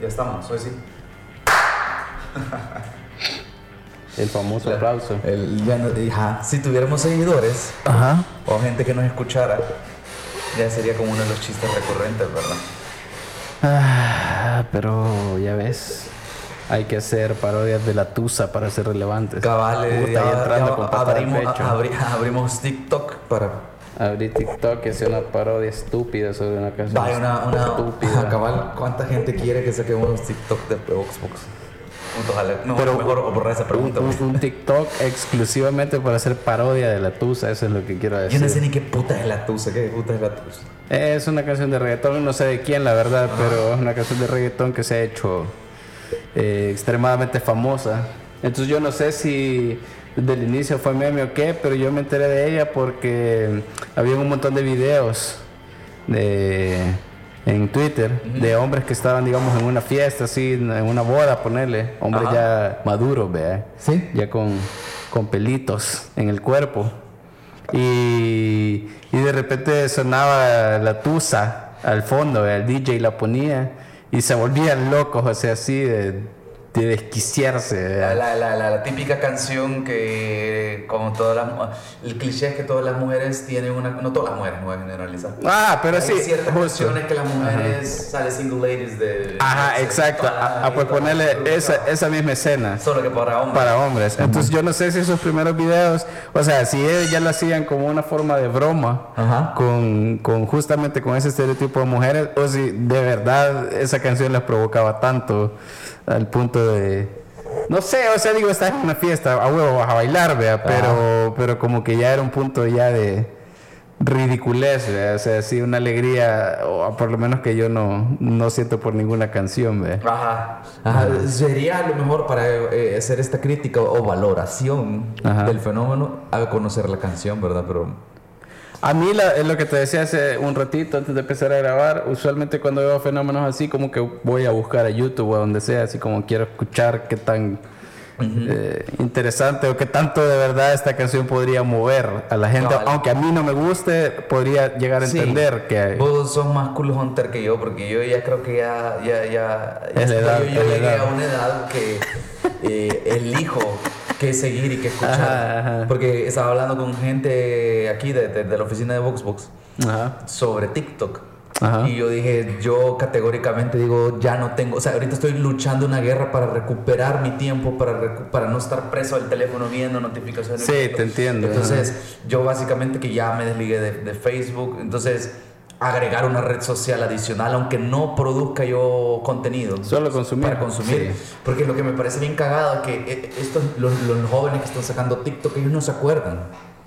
Ya estamos, hoy sí. El famoso aplauso. El- ya no- ajá, Si tuviéramos seguidores Ajá. o gente que nos escuchara, ya sería como uno de los chistes recurrentes, ¿verdad? Ah, pero ya ves, hay que hacer parodias de la tusa para ser relevantes. Cabales, Puta, ahí entrando con patada al abrimos, pecho. abri- abrimos TikTok para Abrí TikTok y hacía una parodia estúpida sobre una canción. Vaya, una, una estúpida. ajá, cabal, ¿cuánta gente quiere que saquemos los TikTok de Voxbox? Ojalá, no, Pero- mejor borrar esa Un, pregunta. un- un TikTok exclusivamente para hacer parodia de la tusa, eso es lo que quiero Yo decir. no sé ni qué puta es la tusa, qué puta es la tusa. Es una canción de reggaetón, no sé de quién la verdad, pero es una canción de reggaetón que se ha hecho eh, extremadamente famosa. Entonces yo no sé si desde el inicio fue meme o qué, pero yo me enteré de ella porque había un montón de videos de, en Twitter de hombres que estaban, digamos, en una fiesta, así, en una boda, ponerle, hombres Ajá. ya maduros, vea ¿Sí? ya con, con pelitos en el cuerpo. Y, y de repente sonaba la tusa al fondo, el DJ la ponía y se volvían locos, o sea, así de, de desquiciarse. La, ¿verdad? la, la, la- la típica canción que, como todas las. mu- El cliché es que todas las mujeres tienen una. No todas las mujeres, no voy a generalizar. Ah, pero Hay sí, ciertas justo. canciones que las mujeres salen single ladies de. Ajá, de- exacto. ah, A, a, pues ponerle esa, esa misma escena. Solo que para hombres. para hombres. Entonces yo no sé si esos primeros videos, o sea, si ellos ya lo hacían como una forma de broma Ajá. con, con justamente con ese estereotipo de mujeres, o si de verdad esa canción les provocaba tanto al punto de... No sé, o sea, digo, estás en una fiesta, a huevo vas a bailar, vea, pero, pero como que ya era un punto ya de ridiculez, vea, o sea, sí, una alegría, o por lo menos que yo no, no siento por ninguna canción, vea. Ajá. Ajá. Sería a lo mejor para eh, hacer esta crítica o valoración Ajá. del fenómeno, a conocer la canción, ¿verdad? Pero. A mí la- es lo que te decía hace un ratito antes de empezar a grabar, usualmente cuando veo fenómenos así como que voy a buscar a YouTube o a donde sea, así como quiero escuchar qué tan eh, interesante o qué tanto de verdad esta canción podría mover a la gente, Cabal. aunque a mí no me guste, podría llegar a Sí. entender que Vos sos más cool hunter que yo, porque yo ya creo que ya. ya, ya, ya Es la yo- edad, yo es la llegué edad. a una edad que eh, elijo que seguir y que escuchar. Ajá, ajá. Porque estaba hablando con gente aquí de, de- de la oficina de Voxbox Ajá. sobre TikTok. Ajá. Y yo dije, yo categóricamente digo, ya no tengo, o sea, ahorita estoy luchando una guerra para recuperar mi tiempo, para, recu- para no estar preso al teléfono viendo notificaciones. Sí, te entiendo. Entonces, yo básicamente que ya me desligué de, de Facebook, entonces agregar una red social adicional, aunque no produzca yo contenido. Solo consumir. Para consumir. Sí. Porque lo que me parece bien cagado es que eh, estos, los, los jóvenes que están sacando TikTok, ellos no se acuerdan,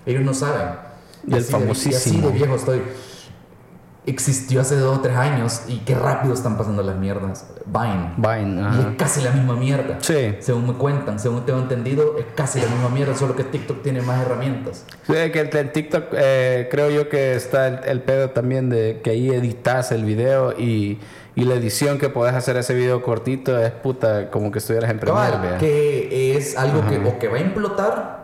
ellos no saben. Y así de- y el así famosísimo. de viejo estoy existió hace dos o tres años y qué rápido están pasando las mierdas. Vine. Vine, Y es ajá. casi la misma mierda. Sí. Según me cuentan, según tengo entendido, es casi la misma mierda, solo que TikTok tiene más herramientas. Sí, que el, el TikTok eh, creo yo que está el, el pedo también de que ahí editas el video y, y la edición que podés hacer a ese video cortito es puta como que estuvieras en Premiere, Cabal, vea. que es algo que o que va a implotar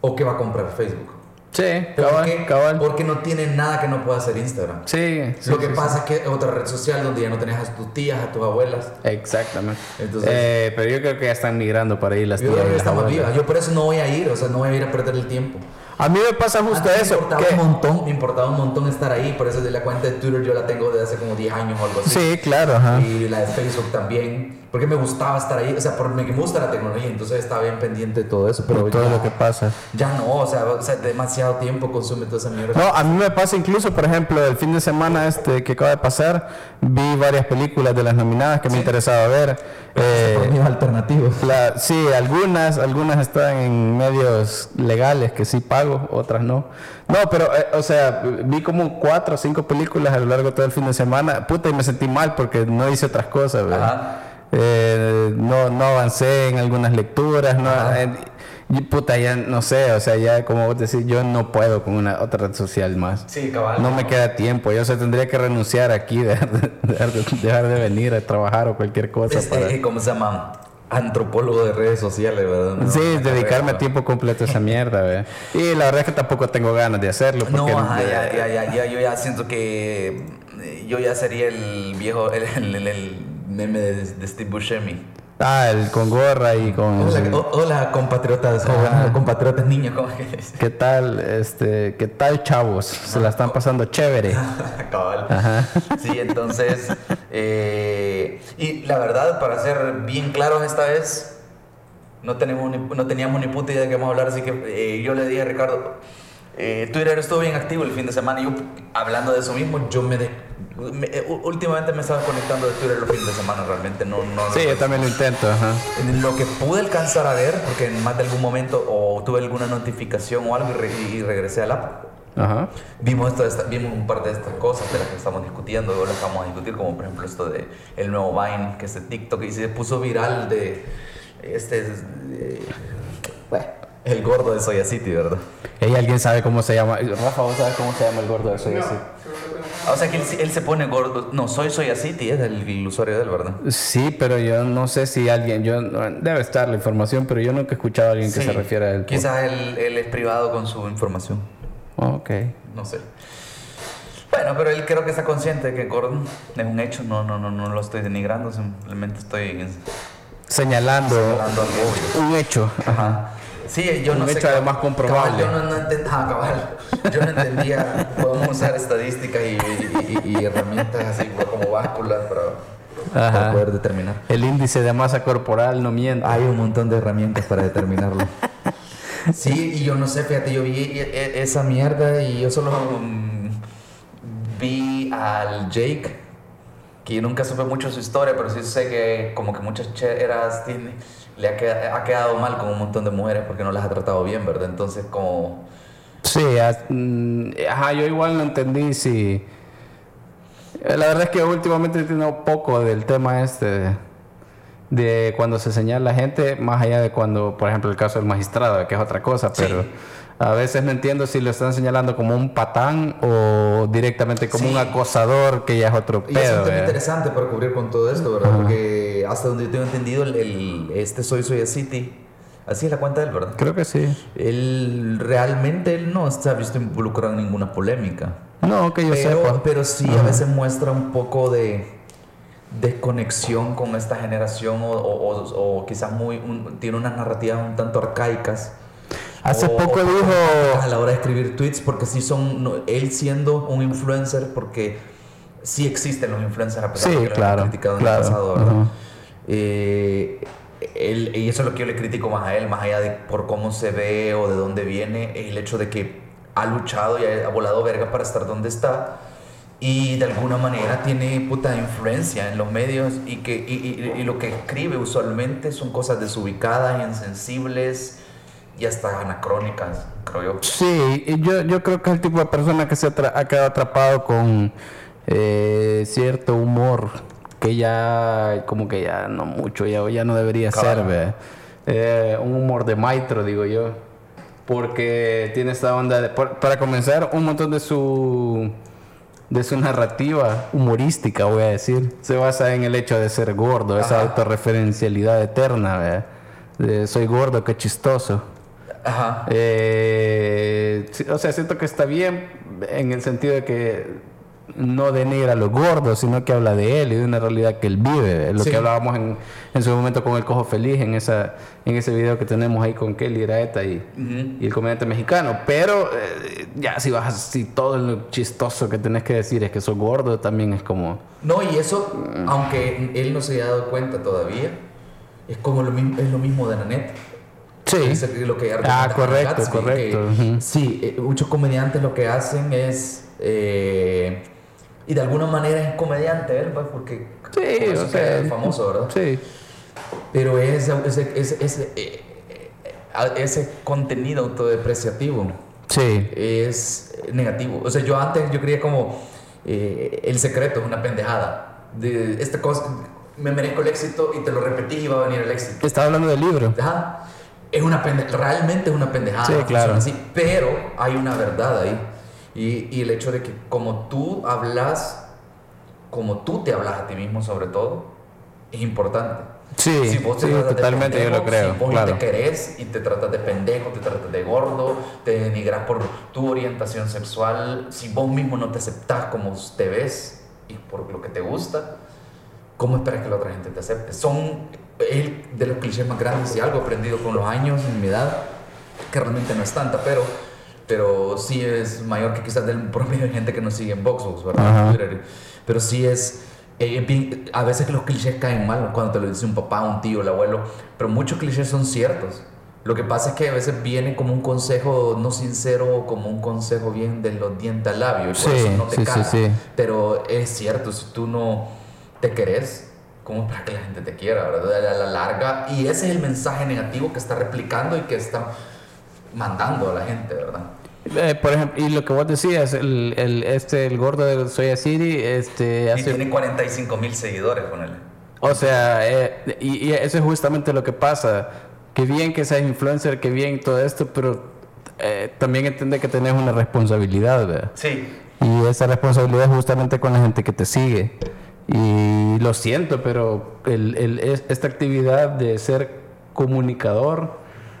o que va a comprar Facebook. Sí, ¿Por cabal, qué? cabal. Porque no tiene nada que no pueda hacer Instagram. Sí, sí, Lo que sí, sí. pasa es que es otra red social donde ya no tenés a tus tías, a tus abuelas. Exactamente. Entonces- Eh, pero yo creo que ya están migrando para ahí las Yo, tías y creo que las está más abuelas. viva. yo por eso no voy a ir, o sea, no voy a ir a perder el tiempo. A mí me pasa justo Antes eso. Me importaba, que- un montón, me importaba un montón estar ahí, por eso de la cuenta de Twitter yo la tengo desde hace como 10 años o algo así. Sí, claro, ajá. Y la de Facebook también, porque me gustaba estar ahí, o sea, por me gusta la tecnología, entonces estaba bien pendiente de todo eso, pero Por todo ya, lo que pasa. ya no, o sea, o sea, demasiado tiempo consume toda esa mierda. No, a mí me pasa incluso, por ejemplo, el fin de semana este que acaba de pasar, vi varias películas de las nominadas que me interesaba ver. Eh, Por mis alternativos. La- sí, algunas, algunas están en medios legales que sí pago, otras no. No, pero, eh, o sea, vi como cuatro o cinco películas a lo largo de todo el fin de semana. Puta, y me sentí mal porque no hice otras cosas, ¿verdad? Ajá. Eh, no, no avancé en algunas lecturas, no, eh, y puta, ya no sé, o sea, ya como vos decís, yo no puedo con una otra red social más. Sí, cabal. No me queda tiempo, yo o sea, tendría que renunciar aquí, dejar de, dejar de- dejar de venir a trabajar o cualquier cosa. Este, para- ¿Cómo se llama? Antropólogo de redes sociales, ¿verdad? No, Sí, una dedicarme carrera. a tiempo completo a esa mierda, ve. Y la verdad es que tampoco tengo ganas de hacerlo. No, Porque ajá, ya, ya, ya, ya, yo ya siento que eh, yo ya sería el viejo, el, el- el- el meme de, de Steve Buscemi. Ah, el con gorra y con... Hola, o- hola, compatriotas, jóvenes, compatriotas, niños, ¿cómo es que se dice? ¿Qué tal, este, qué tal chavos? Se la están pasando chévere. Cabal. Sí, entonces, eh, y la verdad, para ser bien claros esta vez, no, tenemos ni- no teníamos ni puta idea de qué vamos a hablar, así que eh, yo le dije a Ricardo, eh, Twitter estuvo bien activo el fin de semana, y yo hablando de eso mismo, yo me, de- me- eh, u- últimamente me estaba conectando de Twitter los fines de semana, realmente no... no Sí, no- yo también lo intento, ajá. En lo que pude alcanzar a ver, porque en más de algún momento o tuve alguna notificación o algo y, re- y regresé al app, Ajá. vimos, esto, esta- vimos un par de estas cosas de las que estamos discutiendo, o las que vamos a discutir, como por ejemplo esto de el nuevo Vine, que es de TikTok, y se puso viral de este... eh, bueno, el gordo de Soya City, ¿verdad? ¿Y alguien sabe cómo se llama? Rafa, ¿vos sabes cómo se llama el gordo de Soya City? Ah, O sea que él, se- él se pone gordo. No, soy Soya City, es el, el usuario del, ¿verdad? Sí, pero yo no sé si alguien, yo debe estar la información, pero yo nunca he escuchado a alguien que Sí. se refiera a él. pues? Quizás él- él es privado con su información. Ok. No sé. Bueno, pero él creo que está consciente de que Gordon es un hecho. No, no, no, no lo estoy denigrando. Simplemente estoy Señalando hablando al obvio. un hecho. Ajá. Sí, yo Un no sé. hecho cabal- además comprobable. cabal, yo no, entendía, cabal. Yo no entendía. Podemos usar estadísticas y, y- y- y herramientas así como básculas para, para Ajá. poder determinar. El índice de masa corporal no miente. Hay un montón de herramientas para determinarlo. Sí, y yo no sé, fíjate, yo vi e- e- esa mierda y yo solo mm, vi al Jake, que nunca supe mucho su historia, pero sí sé que como que muchas cheras tiene, le ha, qued- ha quedado mal con un montón de mujeres porque no las ha tratado bien, ¿verdad? Entonces como... Sí, as- mm, ajá, yo igual no entendí si... Eh, La verdad es que últimamente he tenido poco del tema este de, de cuando se señala a gente, más allá de cuando, por ejemplo, el caso del magistrado, que es otra cosa, pero a veces no entiendo si lo están señalando como un patán o directamente como Sí. un acosador, que ya es otro Y es un pedo. eh. tema ¿verdad? interesante para cubrir con todo esto, ¿verdad? Porque hasta donde yo tengo entendido, el, el- este Soy Soy City, así es la cuenta de él, ¿verdad? Creo que sí. Él realmente él no se ha visto involucrado en ninguna polémica. No, que yo Pero, sepa. pero sí a veces muestra un poco de desconexión con esta generación o, o- o- o quizás muy un- tiene unas narrativas un tanto arcaicas. Hace O- poco o- dijo... a la hora de escribir tweets porque sí son no, él siendo un influencer porque sí existen los influencers a pesar Sí, de que lo claro, hemos criticado en claro, el pasado ¿verdad? ajá. Eh, él- y eso es lo que yo le critico más a él más allá de por cómo se ve o de dónde viene el hecho de que ha luchado y ha volado verga para estar donde está y de alguna manera tiene puta influencia en los medios y que y, y- y lo que escribe usualmente son cosas desubicadas, insensibles y hasta anacrónicas, creo yo. Sí, y yo, yo creo que es el tipo de persona que se atra- ha quedado atrapado con eh, cierto humor que ya, como que ya no mucho, ya, ya no debería Cabal. ser, ve. Eh, un humor de maestro, digo yo. Porque tiene esta onda de, por- para comenzar, un montón de su de su narrativa humorística, voy a decir, se basa en el hecho de ser gordo, esa autorreferencialidad eterna, ve. De, soy gordo, qué chistoso. Ajá. Eh, sí, o sea, siento que está bien en el sentido de que no denigra a los gordos, sino que habla de él y de una realidad que él vive. Lo Sí. que hablábamos en, en su momento con el Cojo Feliz, en, esa, en ese video que tenemos ahí con Kelly Iraeta y, y el comediante mexicano. Pero eh, ya, si vas así, todo lo chistoso que tenés que decir es que sos gordo, también es como. No, y eso, aunque él no se haya dado cuenta todavía, es como lo mismo, es lo mismo de Nanette. Sí, Es lo que Ah, argumenta correcto, Gatsby, correcto, que ujú. Sí, eh, muchos comediantes lo que hacen es. eh, y de alguna manera es comediante él, pues, porque. por sí, eso o es sea. que es famoso, ¿verdad? Sí. Pero es ese, ese, ese, eh, eh, a- ese contenido autodepreciativo Sí. es negativo. O sea, yo antes yo creía como eh, el secreto es una pendejada. De esta cosa, me merezco el éxito y te lo repetí y va a venir el éxito. Estaba hablando del libro. Ajá. Es una pende- realmente es una pendejada. Sí, funciona claro. así, pero hay una verdad ahí. Y, y el hecho de que como tú hablas, como tú te hablas a ti mismo sobre todo, es importante. Sí, Si vos te sí, tratas de totalmente, yo lo pendejo, creo. Si vos claro. no te querés y te tratas de pendejo, te tratas de gordo, te denigras por tu orientación sexual, si vos mismo no te aceptás como te ves y por lo que te gusta, ¿cómo esperas que la otra gente te acepte? Son es de los clichés más grandes y algo aprendido con los años, en mi edad, que realmente no es tanta, pero, pero sí es mayor que quizás del promedio de gente que nos sigue en Voxbox, ¿verdad? Ajá. Twitter. Pero sí es... eh, bien- a veces los clichés caen mal cuando te lo dice un papá, un tío, el abuelo, pero muchos clichés son ciertos. Lo que pasa es que a veces viene como un consejo no sincero o como un consejo bien de los dientes al labio. y por Sí, eso no te sí, sí, caga. sí. Pero es cierto, si tú no te querés, ¿cómo para que la gente te quiera, verdad? A la larga. Y ese es el mensaje negativo que está replicando y que está mandando a la gente, ¿verdad? Eh, por ejemplo, y lo que vos decías, el, el- este, el gordo de Soya City, este, Y hace tiene 45 mil seguidores, ponele. O sea, eh, y, y eso es justamente lo que pasa. Qué bien que seas influencer, qué bien todo esto, pero eh, también entiende que tenés una responsabilidad, ¿verdad? Sí, Y esa responsabilidad es justamente con la gente que te sigue. Y lo siento, pero el, el- es- esta actividad de ser comunicador,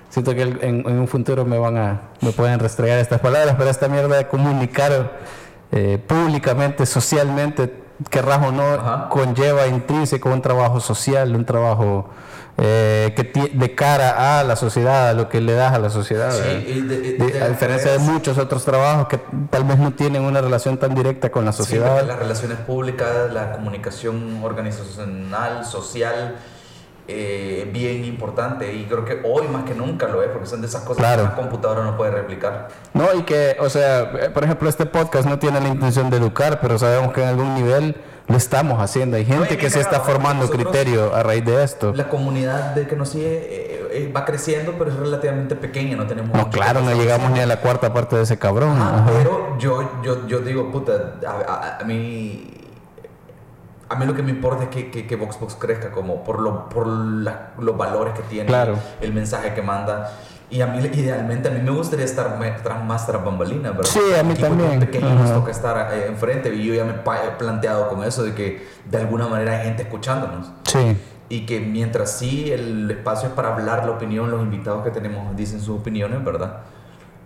siento que el- en, en un futuro me van a, me pueden restregar estas palabras, pero esta mierda de comunicar eh, públicamente, socialmente, querrás o no, Ajá. conlleva intrínseco un trabajo social, un trabajo eh, que ti- de cara a la sociedad, a lo que le das a la sociedad. ¿verdad? sí. y de- de- eh. De- de- a diferencia de muchos otros trabajos que tal vez no tienen una relación tan directa con la Sí, porque sociedad. las relaciones públicas, la comunicación organizacional, social, eh, bien importante. Y creo que hoy más que nunca lo es, porque son de esas cosas Claro. que una computadora no puede replicar. No, y que, o sea, eh, por ejemplo, este podcast no tiene la intención de educar, pero sabemos que en algún nivel lo estamos haciendo. Hay gente y que se está claro, formando nosotros- criterio a raíz de esto. La comunidad de que nos sigue eh, eh, va creciendo, pero es relativamente pequeña, no tenemos... No, mucho claro, no llegamos ni a la cuarta parte de ese cabrón. Ah, Ajá. pero yo, yo, yo digo, puta, a, a- a mí. A mí lo que me importa es que, que, que Voxbox crezca, como por, lo, por la- los valores que tiene, Claro. el mensaje que manda. Y a mí, idealmente, a mí me gustaría estar me- tras- más tras bambalinas, ¿verdad? Sí, a mí Equipo tan también. pequeño nos Ajá. toca estar eh, enfrente. Y yo ya me pa- he planteado con eso, de que de alguna manera hay gente escuchándonos. Sí. Y que mientras sí el espacio es para hablar la opinión, los invitados que tenemos dicen sus opiniones, ¿verdad?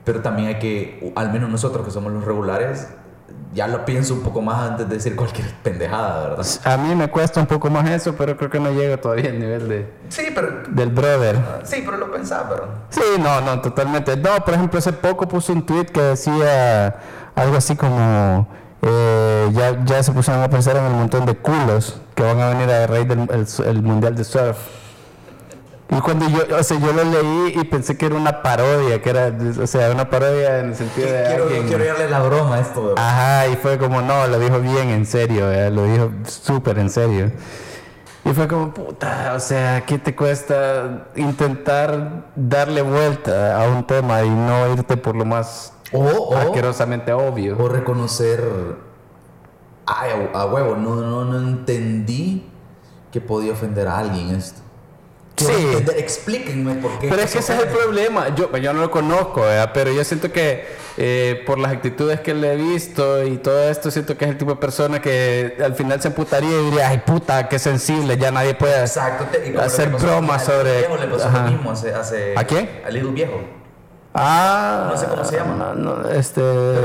Pero también hay que, al menos nosotros que somos los regulares, ya lo pienso un poco más antes de decir cualquier pendejada, ¿verdad? A mí me cuesta un poco más eso, pero creo que no llega todavía al nivel de, Sí, pero, del brother. sí, pero lo pensaba, pero... Sí, no, no, totalmente. No, por ejemplo, hace poco puse un tweet que decía algo así como eh, ya, ya se pusieron a pensar en el montón de culos que van a venir a raíz del el su- el Mundial de Surf. Y cuando yo, o sea, yo lo leí y pensé que era una parodia, que era, o sea, una parodia en el sentido de Quiero, alguien- Ah, quiero darle la broma a esto, ¿verdad? Ajá, y fue como, no, lo dijo bien en serio, eh, lo dijo súper en serio. Y fue como, puta, o sea, ¿qué te cuesta intentar darle vuelta a un tema y no irte por lo más O, o, asquerosamente obvio? o reconocer... Ay, a, a huevo, no, no, no entendí que podía ofender a alguien esto. Quiero Sí. entender, Explíquenme por qué. Pero es que ese es el ofende. problema. Yo, yo no lo conozco, ¿verdad? pero yo siento que eh, por las actitudes que le he visto y todo esto, siento que es el tipo de persona que al final se emputaría y diría, ay puta, qué sensible, ya nadie puede hacer. Exacto, te- y como Hacer lo que pasó bromas a Little sobre- Viejo le pasó ajá. lo mismo hace, hace- ¿A quién? A Little Viejo. Ah. No sé cómo se llama. No, no, este.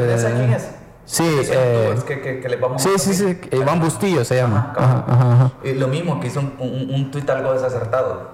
¿Ya sabes quién es? Sí, Es el eh, actor que, que, que le vamos sí, a sí, sí. Iván Bustillo se llama. Ajá, Ajá, ajá, ajá. Eh, Lo mismo que hizo un, un, un tuit algo desacertado,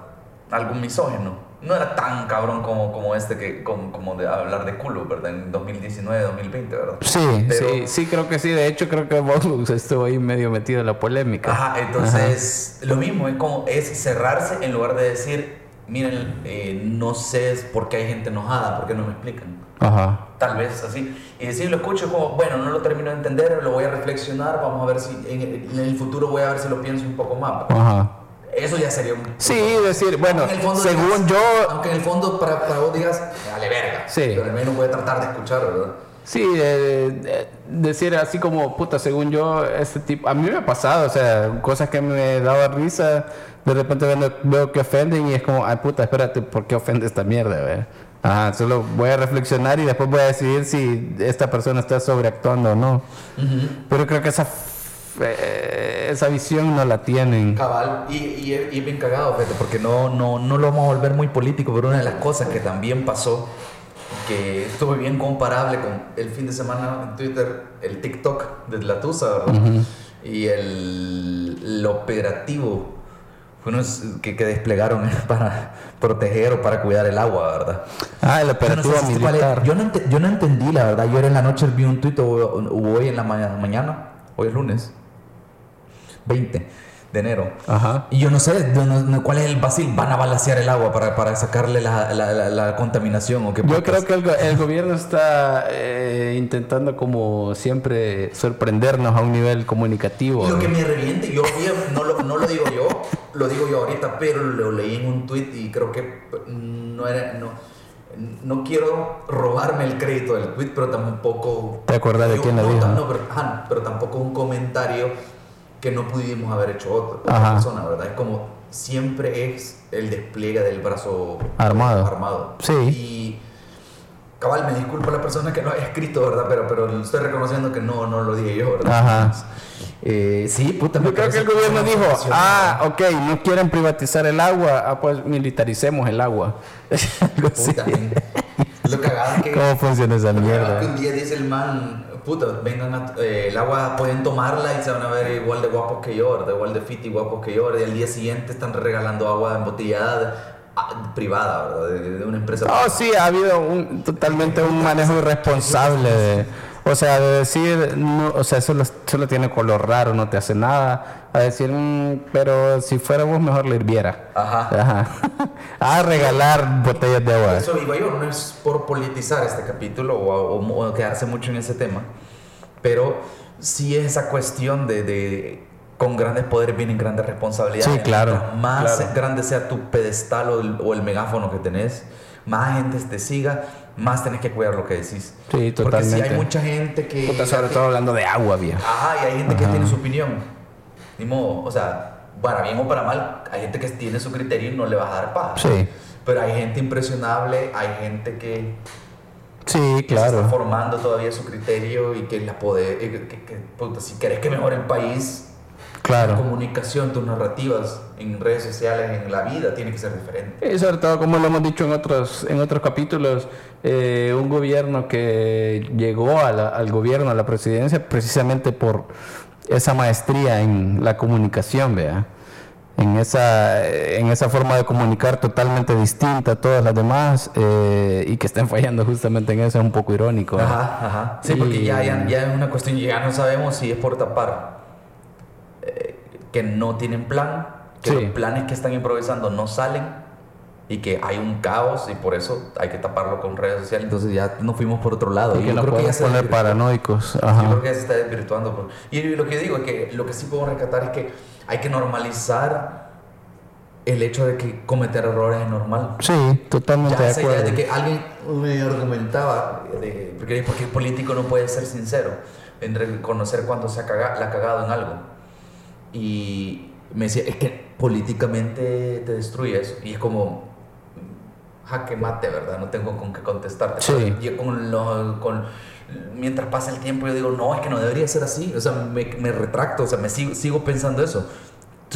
algo misógino. No era tan cabrón como, como este, que como, como de hablar de culo, ¿verdad? En 2019, 2020, ¿verdad? Sí, Pero- sí, sí, creo que sí. De hecho, creo que Vox estuvo ahí medio metido en la polémica. Ajá, entonces lo mismo es como es cerrarse en lugar de decir, miren, eh, no sé por qué hay gente enojada, por qué no me explican. Ajá. tal vez así. Y decir, lo escucho como, bueno, no lo termino de entender, lo voy a reflexionar, vamos a ver si en el, en el futuro voy a ver si lo pienso un poco más. Ajá. Eso ya sería un... Sí, decir, bueno, Aunque en el fondo digas- según yo, Aunque en el fondo para, para vos digas, dale verga. Sí. Pero al menos voy a tratar de escuchar, ¿verdad? Sí, eh, eh, decir así como, puta, según yo, este tipo, a mí me ha pasado, o sea, cosas que me daba risa, de repente veo, veo que ofenden y es como, ay, puta, espérate, ¿por qué ofende esta mierda? ve? Ajá, solo voy a reflexionar y después voy a decidir si esta persona está sobreactuando o no. Pero creo que esa, f- eh, esa visión no la tienen. Cabal, y, y, es- y es bien cagado, fíjate, porque no, no, no lo vamos a volver muy político, pero una de las cosas que también pasó, que estuvo bien comparable con el fin de semana en Twitter, el TikTok de la Tusa, ¿verdad? y el, lo operativo que, que, desplegaron para proteger o para cuidar el agua, ¿verdad? Ah, el operativo yo no sé si militar. Vale. Yo, no ente, yo no entendí, la verdad. Yo era en la noche, vi un tuit, o, o hoy en la ma- mañana, hoy es lunes, 20 de enero. Ajá. Y yo no sé de- no- no- cuál es el vacil. Van a balancear el agua para, para sacarle la, la- la- la contaminación o qué Yo putas? creo que el, go- el gobierno está eh, intentando como siempre sorprendernos a un nivel comunicativo. Lo que me reviente, yo fui a- no lo, no lo digo yo, lo digo yo ahorita, pero lo leí en un tweet y creo que mm, no era. No, no quiero robarme el crédito del tweet, pero tampoco. ¿Te acordás de yo- quién lo no, dijo? ta- no, pero, ajá, pero tampoco un comentario que no pudimos haber hecho otro- otra, Ajá. persona, ¿verdad? Es como siempre es el despliegue del brazo Armado. armado. Sí. Y. Cabal, me disculpa la persona que lo haya escrito, ¿verdad? Pero, pero estoy reconociendo que no, no lo dije yo, ¿verdad? Ajá. Eh, sí, puta, me Yo creo parece que el gobierno es dijo, una situación- ah, ok, no quieren privatizar el agua, ah, pues militaricemos el agua. Algo así. puta, men. Lo cagado es que, ¿Cómo funciona esa lo cagado es Ah, que mierda? un día dice el man, puta, vengan a, eh, el agua, pueden tomarla y se van a ver igual de guapos que yo, ¿verdad? igual de fit y guapos que yo, ¿verdad? y al día siguiente están regalando agua embotellada ah, privada, ¿verdad? De, de una empresa. Oh, sí, ha habido un, totalmente un manejo irresponsable de... O sea, de decir, no, o sea, solo, solo tiene color raro, no te hace nada. A decir, "Mm, pero si fuera vos, mejor le hirviera. Ajá. Ajá. A regalar botellas de agua. Eso iba yo, no es por politizar este capítulo o, o- o quedarse mucho en ese tema, pero sí es esa cuestión de, de con grandes poderes vienen grandes responsabilidades. Sí, claro, Mientras Más claro. grande sea tu pedestal o el, o el megáfono que tenés, más gente te siga, más tenés que cuidar lo que decís. Sí, Porque si totalmente. hay mucha gente que... Puta, sobre todo hablando de agua, viejo. Ajá, y hay gente que tiene su opinión. Ni modo, o sea, para bien o para mal, hay gente que tiene su criterio y no le vas a dar paz. Sí. Pero hay gente impresionable, hay gente que, Sí, que se está claro. formando todavía su criterio y que la poder, eh, que, que, puta, si querés que mejore el país, la Claro. comunicación, tus narrativas en redes sociales, en la vida, tiene que ser diferente. Y sobre todo, como lo hemos dicho en otros, en otros capítulos, eh, un gobierno que llegó a la- al gobierno, a la presidencia, precisamente por esa maestría en la comunicación, vea. En esa, en esa forma de comunicar totalmente distinta a todas las demás eh, y que estén fallando justamente en eso es un poco irónico. ¿eh? Ajá, ajá. Sí, porque ya, ya, ya es una cuestión, ya no sabemos si es por tapar eh, que no tienen plan, que Sí. los planes que están improvisando no salen y que hay un caos y por eso hay que taparlo con redes sociales. Entonces ya nos fuimos por otro lado. Y Yo que nos creo que ya podemos se poner desvirtuó. paranoicos. Yo creo Ajá. que ya se está desvirtuando. por- Y lo que yo digo es que lo que sí podemos rescatar es que hay que normalizar el hecho de que cometer errores es normal. Sí, Ya totalmente de esa idea de acuerdo. que alguien me argumentaba, de- porque, porque el político no puede ser sincero en reconocer cuando se ha caga- la ha cagado en algo. Y me decía, es que políticamente te destruyes. Y es como, jaque mate, ¿verdad? No tengo con qué contestarte. Sí. Pero yo con lo- con- mientras pasa el tiempo, yo digo, no, es que no debería ser así. O sea, me, me retracto, o sea, me sigo, sigo pensando eso.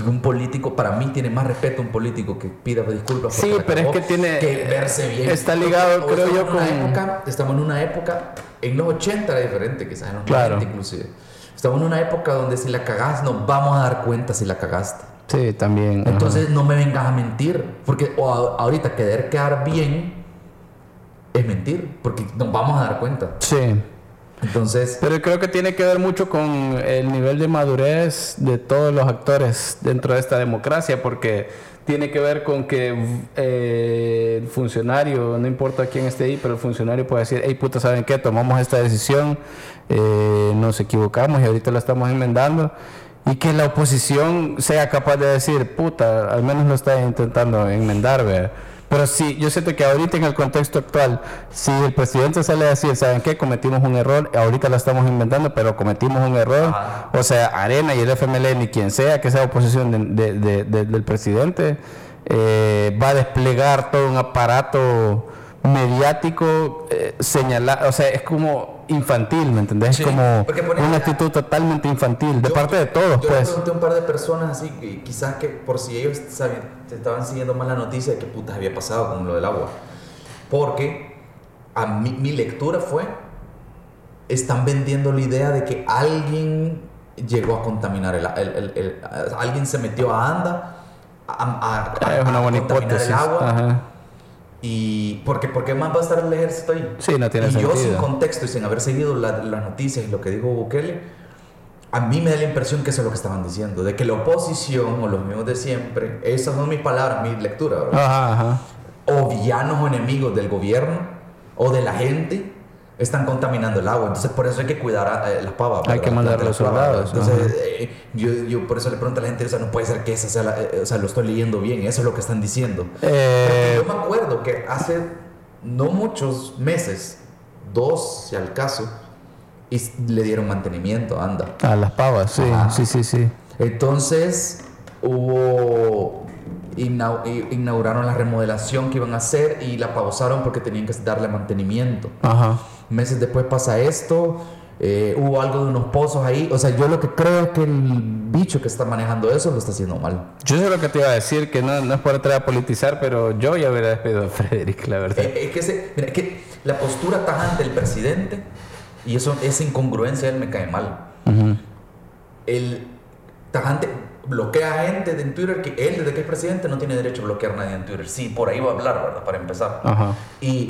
Un político, para mí, tiene más respeto un político que pida disculpas. porque Sí, la pero es cagó, que tiene- Que verse bien. está ligado, O creo estamos yo, en una con- época- estamos en una época, en los 80 era diferente, quizás en los Claro. 90 inclusive. Estamos en una época donde si la cagás, nos vamos a dar cuenta si la cagaste. Sí, también. ajá. Entonces no me vengas a mentir, porque o a- ahorita querer quedar bien es mentir, porque nos vamos a dar cuenta. Sí. Entonces, Pero creo que tiene que ver mucho con el nivel de madurez de todos los actores dentro de esta democracia, porque tiene que ver con que eh, el funcionario, no importa quién esté ahí, pero el funcionario puede decir, hey puta, ¿saben qué? Tomamos esta decisión, eh, nos equivocamos y ahorita la estamos enmendando. Y que la oposición sea capaz de decir, puta, al menos lo está intentando enmendar, ¿verdad? Pero sí, yo siento que ahorita en el contexto actual, si el presidente sale a decir, ¿saben qué? Cometimos un error, ahorita lo estamos inventando, pero cometimos un error. Ajá. O sea, Arena y el FMLN y quien sea que sea oposición de- de- de- de- del presidente, eh, va a desplegar todo un aparato mediático eh, señala- o sea, es como infantil, ¿me entendés? Sí, es como porque ponen- una actitud totalmente infantil, de Yo- parte de yo todos, le pues. pregunté a un par de personas así, que quizás que por si ellos sabían- se estaban siguiendo más la noticia de qué putas había pasado con lo del agua. Porque a mi, mi lectura fue, están vendiendo la idea de que alguien llegó a contaminar el, el- el- el- alguien se metió a Anda a, a- a- Ah, es una a buena contaminar hipótesis. el agua Ajá. y porque porque más va a estar el ejército ahí Sí, no tiene y yo sin sentido. contexto y sin haber seguido la- las noticias y lo que dijo Bukele a mí me da la impresión que eso es lo que estaban diciendo de que la oposición o los mismos de siempre esas son mis palabras mi lectura ¿verdad? Ajá, ajá. o villanos o enemigos del gobierno o de la gente están contaminando el agua. Entonces, por eso hay que cuidar a, eh, las pavas. Hay ¿verdad? que mandar Las los pavas, ¿verdad? soldados, Entonces, eh, yo, yo por eso le pregunto a la gente, o sea, no puede ser que esa sea la- eh, o sea, lo estoy leyendo bien, eso es lo que están diciendo. Porque Eh, yo me acuerdo que hace no muchos meses, dos si al caso, y s- le dieron mantenimiento, anda. a las pavas, sí, Ajá. sí, sí, sí. Entonces hubo inau- i- inauguraron la remodelación que iban a hacer y la pausaron porque tenían que darle mantenimiento. Ajá. Meses después pasa esto, eh, hubo algo de unos pozos ahí. O sea, yo lo que creo es que el bicho que está manejando eso lo está haciendo mal. Yo sé lo que te iba a decir, que no, no es por entrar a politizar, pero yo ya hubiera despedido a Frederick, la verdad. Eh, Es que, ese- mira, es que la postura tajante del presidente y eso, esa incongruencia de él me cae mal. Ujú. el tajante bloquea a gente en Twitter que él, desde que es presidente, no tiene derecho a bloquear a nadie en Twitter. Sí, por ahí va a hablar, ¿verdad? Para empezar. Ajá. Y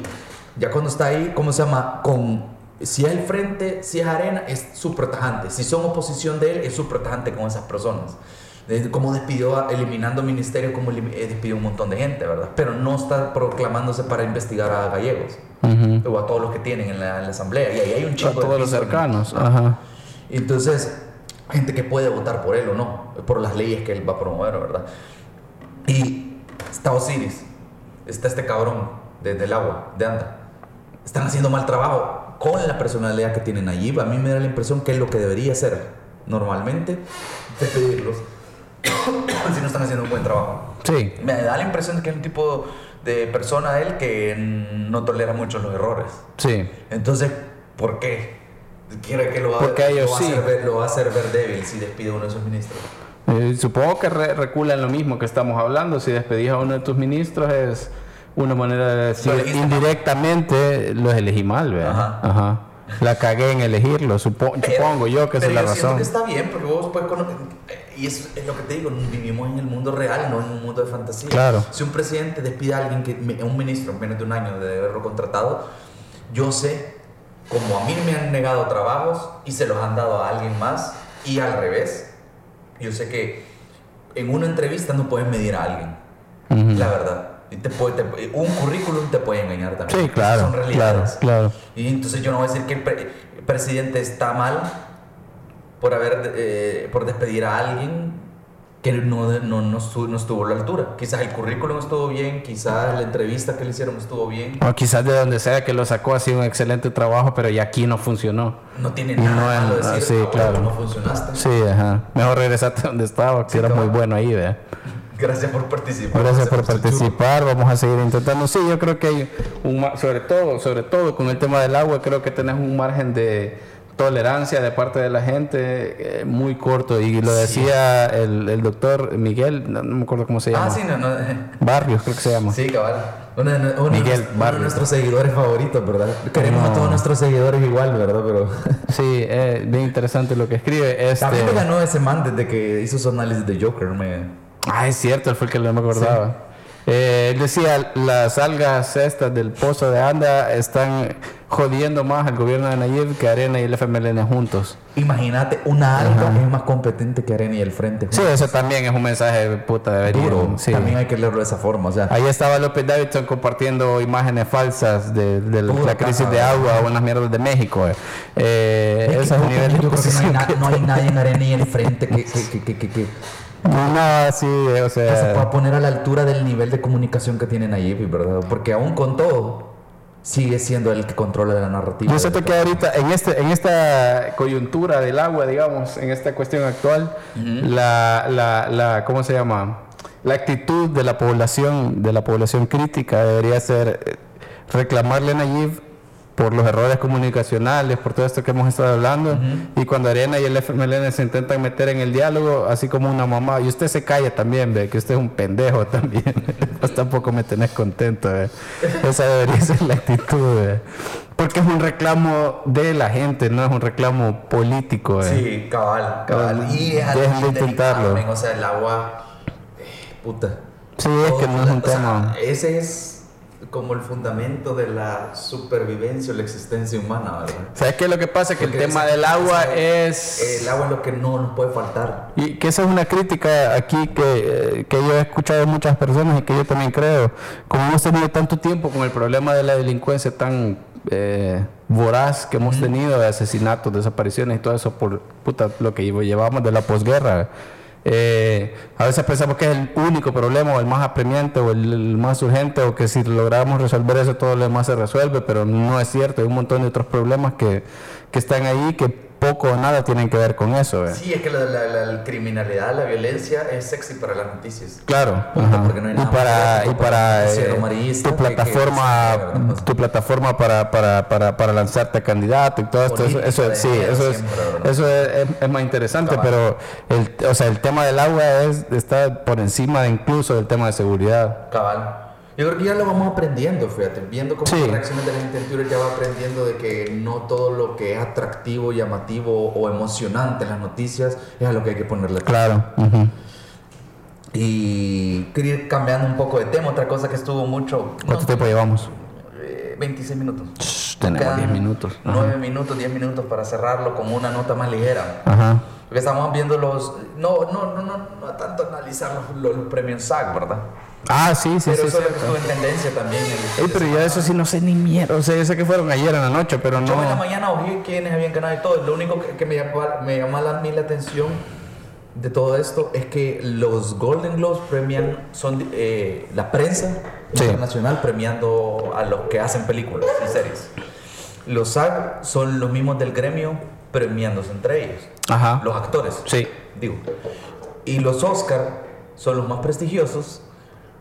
ya cuando está ahí, ¿cómo se llama? Con. Si es el frente, si es arena, es súper tajante. Si son oposición de él, es súper tajante con esas personas. Eh, Como despidió, a- eliminando ministerios, como elim- eh, despidió un montón de gente, ¿verdad? Pero no está proclamándose para investigar a gallegos Ujú. o a todos los que tienen en la, en la asamblea. Y ahí hay un chico A todos los cercanos. ah. Ajá. Ajá. Entonces, gente que puede votar por él o no, por las leyes que él va a promover, ¿verdad? Y está Osiris, está este cabrón desde el agua, de anda. Están haciendo mal trabajo con la personalidad que tienen allí. A mí me da la impresión que es lo que debería hacer normalmente, despedirlos, si no están haciendo un buen trabajo. Sí. Me da la impresión de que es un tipo de persona él que no tolera mucho los errores. Sí. Entonces, ¿por qué? Quiere que lo, va- Porque a ellos lo va a sí. hacer ver, lo va a hacer ver débil si despide uno de sus ministros. Eh, supongo que re- recula en lo mismo que estamos hablando. Si despedís a uno de tus ministros es una manera de decir Lo elegiste mal. indirectamente los elegí mal, Ajá. ¿verdad? Ajá. La cagué en elegirlo, supo- supongo yo que esa es pero la yo siento razón. que está bien porque vos puedes conocer. Y es, es lo que te digo, vivimos en el mundo real, no en un mundo de fantasía. Claro. Si un presidente despide a alguien, que, a un ministro, en menos de un año de haberlo contratado, yo sé, como a mí me han negado trabajos y se los han dado a alguien más, y al revés, yo sé que en una entrevista no puedes medir a alguien. Ujú. La verdad. Y te puede- te- un currículum te puede engañar también. Sí, Esas claro, Son claro, realidades. claro. Y entonces yo no voy a decir que el, pre- el presidente está mal por haber eh, por despedir a alguien que no, no, no, estu- no estuvo a la altura. Quizás el currículum estuvo bien, quizás la entrevista que le hicieron estuvo bien. O quizás de donde sea que lo sacó ha sido un excelente trabajo, pero ya aquí no funcionó. No tiene Y nada no es- malo ah, decir, sí, "Ah, bueno, claro. no funcionaste. Sí, ajá. Mejor regresate donde estaba, que Sí, era muy cabrón. bueno ahí, ¿verdad? Gracias por participar. Gracias por tu churro. participar, vamos a seguir intentando. Sí, yo creo que hay un ma- sobre todo, sobre todo con el tema del agua, creo que tenés un margen de tolerancia de parte de la gente eh, muy corto y lo Sí. decía el, el doctor Miguel, no, no me acuerdo cómo se llama. Ah, sí, no, no. Barrios, creo que se llama. Sí, cabal. Uno de, uno de- Miguel uno de Barrios. nuestros seguidores favoritos, ¿verdad? Queremos a No. todos nuestros seguidores igual, ¿verdad? Pero Sí, eh, bien interesante lo que escribe. Este... también me ganó ese man desde que hizo su análisis de Joker. Me... Ah, es cierto, él fue el que no me acordaba. Eh, él decía, las algas estas del pozo de Anda están jodiendo más al gobierno de Nayib que Arena y el FMLN juntos. Imagínate, una alga es más competente que Arena y el Frente. Sí, eso también es un mensaje puta de verídico, Duro. sí. También hay que leerlo de esa forma. O sea, Ahí estaba López Davidson compartiendo imágenes falsas de, de Puta, la crisis de agua o en las mierdas de México. eh. Eh, es que ese es el yo creo que nivel de no, hay oposición na- que- no hay nadie en Arena y el Frente que, que, que, que, que- que- No, nada así, eh, o que se sea... pueda poner a la altura del nivel de comunicación que tienen allí, ¿verdad? Porque aún con todo, sigue siendo el que controla la narrativa. Yo siento que ahorita, en, este, en esta coyuntura del agua, digamos, en esta cuestión actual, la, la, la, ¿cómo se llama? La actitud de la población, de la población crítica debería ser eh, reclamarle a Nayib por los errores comunicacionales, por todo esto que hemos estado hablando. Y cuando Arena y el FMLN se intentan meter en el diálogo, así como una mamá, y usted se calla también, ve, que usted es un pendejo también. pues tampoco me tenés contento, ve. Esa debería ser la actitud, ve. Porque es un reclamo de la gente, no es un reclamo político, ve. Sí, cabal, cabal. Y es Dejen Pues, de algo delicado, intentarlo. men, O sea, el agua. eh, Puta. Sí, es que no es un O sea, tema. ese es como el fundamento de la supervivencia o la existencia humana, ¿verdad? ¿Sabes qué? Lo que pasa es que el Porque tema es- del agua El es... agua es lo que no nos puede faltar. Y que esa es una crítica aquí que, eh, que yo he escuchado de muchas personas y que yo también creo. Como hemos tenido tanto tiempo con el problema de la delincuencia tan eh, voraz que hemos tenido, de asesinatos, desapariciones y todo eso por puta, lo que llevo- llevamos de la posguerra. eh, a veces pensamos que es el único problema o el más apremiante o el, el más urgente o que si logramos resolver eso todo lo demás se resuelve, pero no es cierto. Hay un montón de otros problemas que, que están ahí que poco o nada tienen que ver con eso. ¿eh? Sí, es que la, la- la criminalidad, la violencia es sexy para las noticias. Claro, Punto, ajá. porque no hay y nada más para, y gráfico para para ser eh, amarillista tu que- que- que- plataforma, mm, tu plataforma para, para, para, para lanzarte a candidato y todo esto, eso, Política eso- de sí, género eso es, siempre, ¿verdad? eso es, es- es más interesante, pero el, o sea, el tema del agua es, está por encima incluso del tema de seguridad. Cabal. Yo creo que ya lo vamos aprendiendo, fíjate, viendo cómo Sí. las reacciones de la gente en Twitter ya va aprendiendo de que no todo lo que es atractivo, llamativo o emocionante en las noticias es a lo que hay que ponerle atención. Claro. ujú. Y quería ir cambiando un poco de tema, otra cosa que estuvo mucho... no, pues, ¿Cuánto tiempo llevamos? eh, 26 minutos. Shh, tenemos 10 minutos. Ajá. 9 minutos, 10 minutos para cerrarlo con una nota más ligera. Ajá. Porque estamos viendo los... No, no, no, no, no tanto analizar los, los- los premios SAG, ¿verdad? Ah, sí, sí, Pero sí. eso sí. es lo que estuvo en tendencia también. en- Ey, pero yo de eso sí no sé ni mierda. O sea, yo sé que fueron ayer en la noche, pero no. Yo en la mañana ojé quiénes habían ganado y todo. Lo único que, que me, llama, me llama la- a mí la atención de todo esto es que los Golden Globes premian, son eh, la prensa Sí. internacional premiando a los que hacen películas y series. Los SAG son los mismos del gremio premiándose entre ellos. Ajá. Los actores. Sí. Digo. Y los Oscar son los más prestigiosos,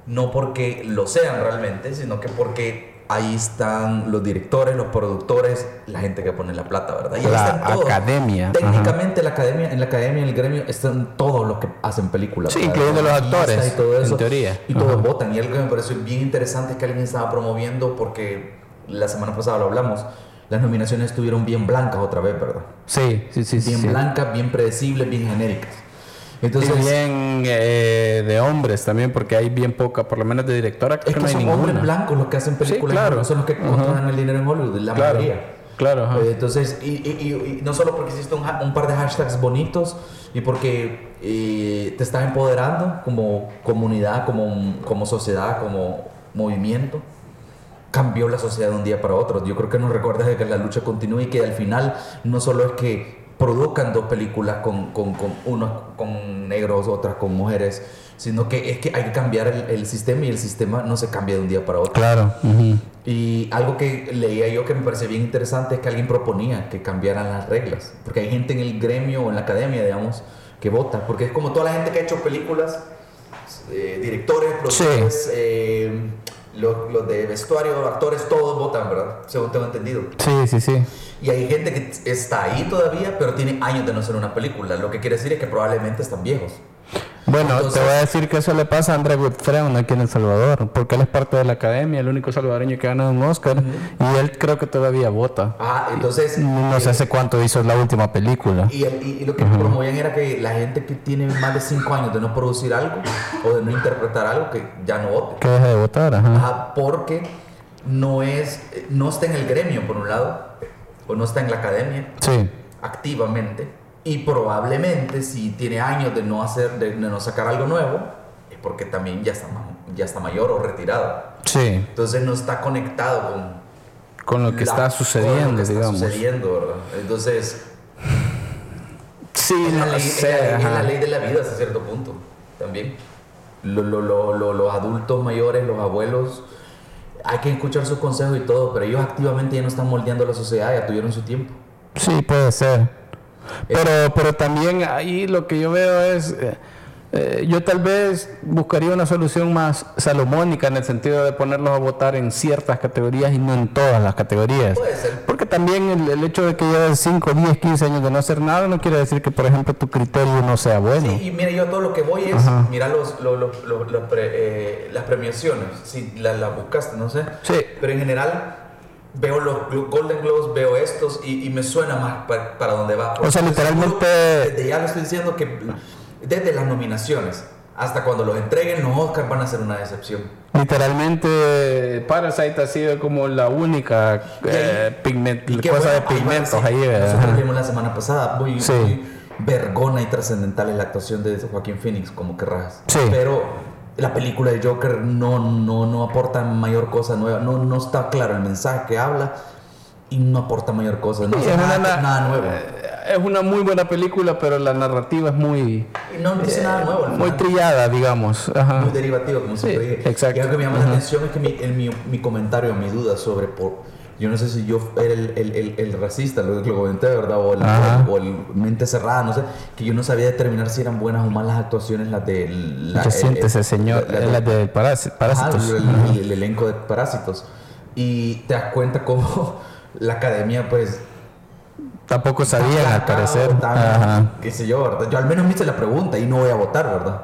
no porque lo sean realmente, sino que porque ahí están los directores, los productores, la gente que pone la plata, ¿verdad? Y ahí La están todos. academia, ajá. Técnicamente la academia, en la academia, en el gremio, están todos los que hacen películas. Sí, ¿verdad? incluyendo los guionistas actores, Y todo en eso. teoría. Y todos Ajá. votan. Y algo que me pareció bien interesante es que alguien estaba promoviendo, porque la semana pasada lo hablamos, las nominaciones estuvieron bien blancas otra vez, ¿verdad? Sí, sí, sí. sí, bien sí. blancas, bien predecibles, bien genéricas. Entonces, y bien eh, de hombres también, porque hay bien poca, por lo menos de directora, es creo que que no hay son ninguna. hombres blancos los que hacen películas, Sí, claro. no son los que controlan el dinero en Hollywood, la Claro, mayoría. claro, ajá. Eh, Entonces, y, y- y- y no solo porque hiciste un, ha- un par de hashtags bonitos y porque eh, te estás empoderando como comunidad, como, como sociedad, como movimiento. Cambió la sociedad de un día para otro. Yo creo que nos recuerda de que la lucha continúe y que al final no solo es que produzcan dos películas con, con, con unos con negros, otras con mujeres, sino que es que hay que cambiar el, el sistema y el sistema no se cambia de un día para otro. Claro. ujú. Y algo que leía yo que me parece bien interesante es que alguien proponía que cambiaran las reglas. Porque hay gente en el gremio o en la academia, digamos, que vota. Porque es como toda la gente que ha hecho películas, eh, directores, productores, eh, los, los de vestuario, actores, todos votan, ¿verdad? Según tengo entendido. Sí, sí, sí. Y hay gente que está ahí todavía, pero tiene años de no hacer una película. Lo que quiere decir es que probablemente están viejos. Bueno, Entonces- te voy a decir que eso le pasa a André Gutfreund aquí en El Salvador, porque él es parte de la academia, el único salvadoreño que ha ganado un Oscar, y él creo que todavía vota. Ah, entonces... No sé hace cuánto hizo la última película. Y, y- y lo que promovían era que la gente que tiene más de 5 años de no producir algo o de no interpretar algo, que ya no vote. Que deje de votar, ajá. Ajá, porque no es, no está en el gremio, por un lado, o no está en la academia Sí. activamente. Y probablemente si tiene años de no hacer, de, de no sacar algo nuevo, es porque también ya está, ma- ya está mayor o retirado. Sí. Entonces no está conectado con Con lo que la- está con sucediendo, lo que está digamos. sucediendo, ¿verdad? Entonces, Sí, Es la, no ley, es la sé. ley- es la ajá. ley de la vida hasta cierto punto también. Lo- lo- lo- lo- los adultos mayores, los abuelos, hay que escuchar sus consejos y todo, pero ellos activamente ya no están moldeando la sociedad, ya tuvieron su tiempo. Sí, puede ser. Pero, pero también ahí lo que yo veo es, eh, Eh, yo tal vez buscaría una solución más salomónica en el sentido de ponerlos a votar en ciertas categorías y no en todas las categorías. Puede ser. Porque también el, el hecho de que lleves 5, 10, 15 años de no hacer nada no quiere decir que, por ejemplo, tu criterio no sea bueno. Sí, y mira, yo a todo lo que voy es, mira los, los- los- los- los pre- eh, las premiaciones, si la- las buscaste, no sé. Sí. Pero en general veo los Glo- Golden Globes, veo estos y, y me suena más pa- para dónde va. O sea, literalmente- Desde Eh, ya lo estoy diciendo que desde las nominaciones hasta cuando los entreguen los Oscars van a ser una decepción. Literalmente, Parasite ha sido como la única eh, pigment- Y qué cosa de bueno, ahí va, sí. pigmentos ahí, ¿verdad? Nosotros vimos la semana pasada, muy, Sí. muy vergona y trascendental es la actuación de Joaquín Phoenix, como querrás. Sí. Pero la película de Joker no, no, no aporta mayor cosa nueva, no, no está claro el mensaje que habla y no aporta mayor cosa, no Sí, hace es una nada, na- nada nuevo. Eh, Es una muy buena película, pero la narrativa es muy, Y no dice nada nuevo, al Eh, muy final. trillada, digamos. Ajá. muy derivativo, como siempre dije. exacto. Y algo que me llama la Ajá. atención es que mi, el- mi, mi comentario, mi duda sobre por. Yo no sé si yo era el, el, el, el racista, lo que lo comenté, ¿verdad? O el, Ajá. o el mente cerrada, no sé. Que yo no sabía determinar si eran bunas o malas actuaciones las de. La, Ya siéntese, el- señor. la- Es la- la de parasi- Ajá, Parásitos. el- el, el elenco de parásitos. Y te das cuenta cómo la academia, pues. Tampoco sabían, al acaba parecer. votando, Ajá. Qué sé yo, ¿verdad? Yo al menos me hice la pregunta y no voy a votar, ¿verdad?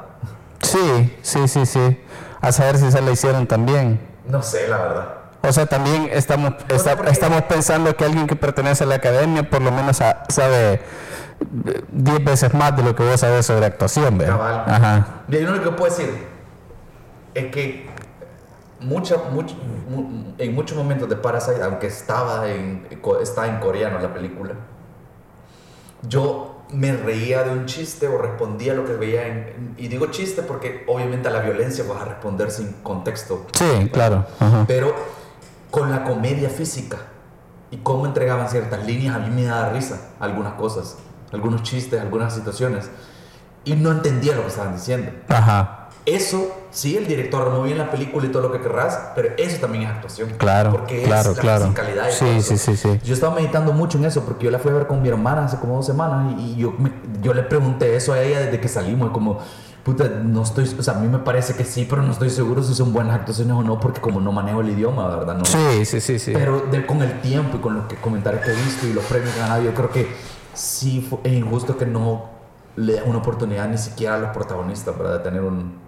Sí, sí, sí, sí. A saber si se la hicieron también. No sé, la verdad. O sea, también estamos, está- porque- estamos pensando que alguien que pertenece a la academia por lo menos sa- sabe 10 veces más de lo que vos sabés sobre actuación, ¿verdad? Cabal. Ajá. Mira, yo lo único que puedo decir es que mucha, much- mu- en muchos momentos de Parasite, aunque estaba en, co- está en coreano la película, yo me reía de un chiste o respondía a lo que veía. en- y digo chiste porque obviamente a la violencia vas a responder sin contexto, Sí, claro. Ajá. pero con la comedia física y cómo entregaban ciertas líneas, a mí me daba risa algunas cosas, algunos chistes, algunas situaciones. Y no entendía lo que estaban diciendo. Ajá. Eso, sí, el director armó bien la película y todo lo que querrás, pero eso también es actuación. Claro, Porque claro, es la claro. musicalidad y Sí, todo eso. sí, sí, sí. Yo estaba meditando mucho en eso porque yo la fui a ver con mi hermana hace como dos semanas y y yo, me- yo le pregunté eso a ella desde que salimos. y Como, puta, no estoy, o sea, a mí me parece que sí, pero no estoy seguro si son buenas actuaciones o no porque como no manejo el idioma, ¿verdad? No, Sí, sí, sí, sí. pero de- con el tiempo y con los que- comentarios que he visto y los premios que han ganado, yo creo que sí fu- es injusto que no le den una oportunidad ni siquiera a los protagonistas para tener un.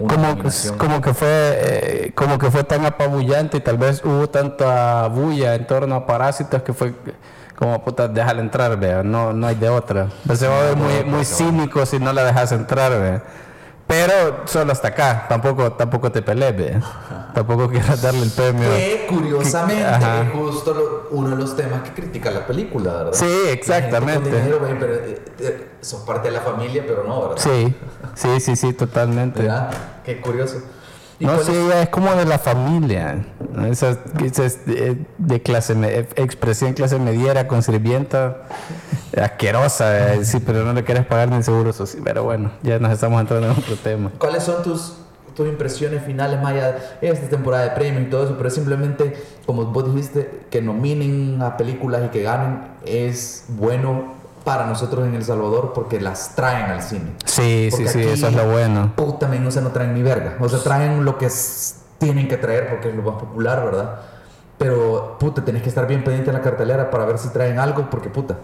una como, que- nominación. como que fue eh, como que fue tan apabullante y tal vez hubo tanta bulla en torno a parásitos que fue como puta déjala entrar vea no no hay de otra Pues se va a ver muy muy cínico si no la dejas entrar vea pero solo hasta acá tampoco tampoco te pelees vea tampoco quieras darle el premio Que curiosamente Ajá. es justo lo- uno de los temas que critica la película, ¿verdad? Sí, La gente con exactamente. dinero, güey, pero, eh, eh, sos parte de la familia, pero no, ¿verdad? sí sí sí sí totalmente ¿Verdad? Qué curioso. ¿Y No, cuál sí, es- ella es como de la familia. Esa, esa es de, eh, de clase, me- eh, expresión clase mediera, con sirvienta, asquerosa. eh, Sí, pero no le quieres pagar ni seguro social. Pero bueno, ya nos estamos entrando en otro tema. ¿Cuáles son tus, tus impresiones finales, Maya, esta temporada de premios y todo eso? Pero simplemente, como vos dijiste, que nominen a películas y que ganen es bueno para nosotros en El Salvador porque las traen al cine. Sí, Porque sí, sí, aquí- eso es lo bueno. Puta, men, o sea, no traen ni verga. O sea, traen lo que s- tienen que traer porque es lo más popular, ¿verdad? Pero, puta, tenés que estar bien pendiente en la cartelera para ver si traen algo porque, puta.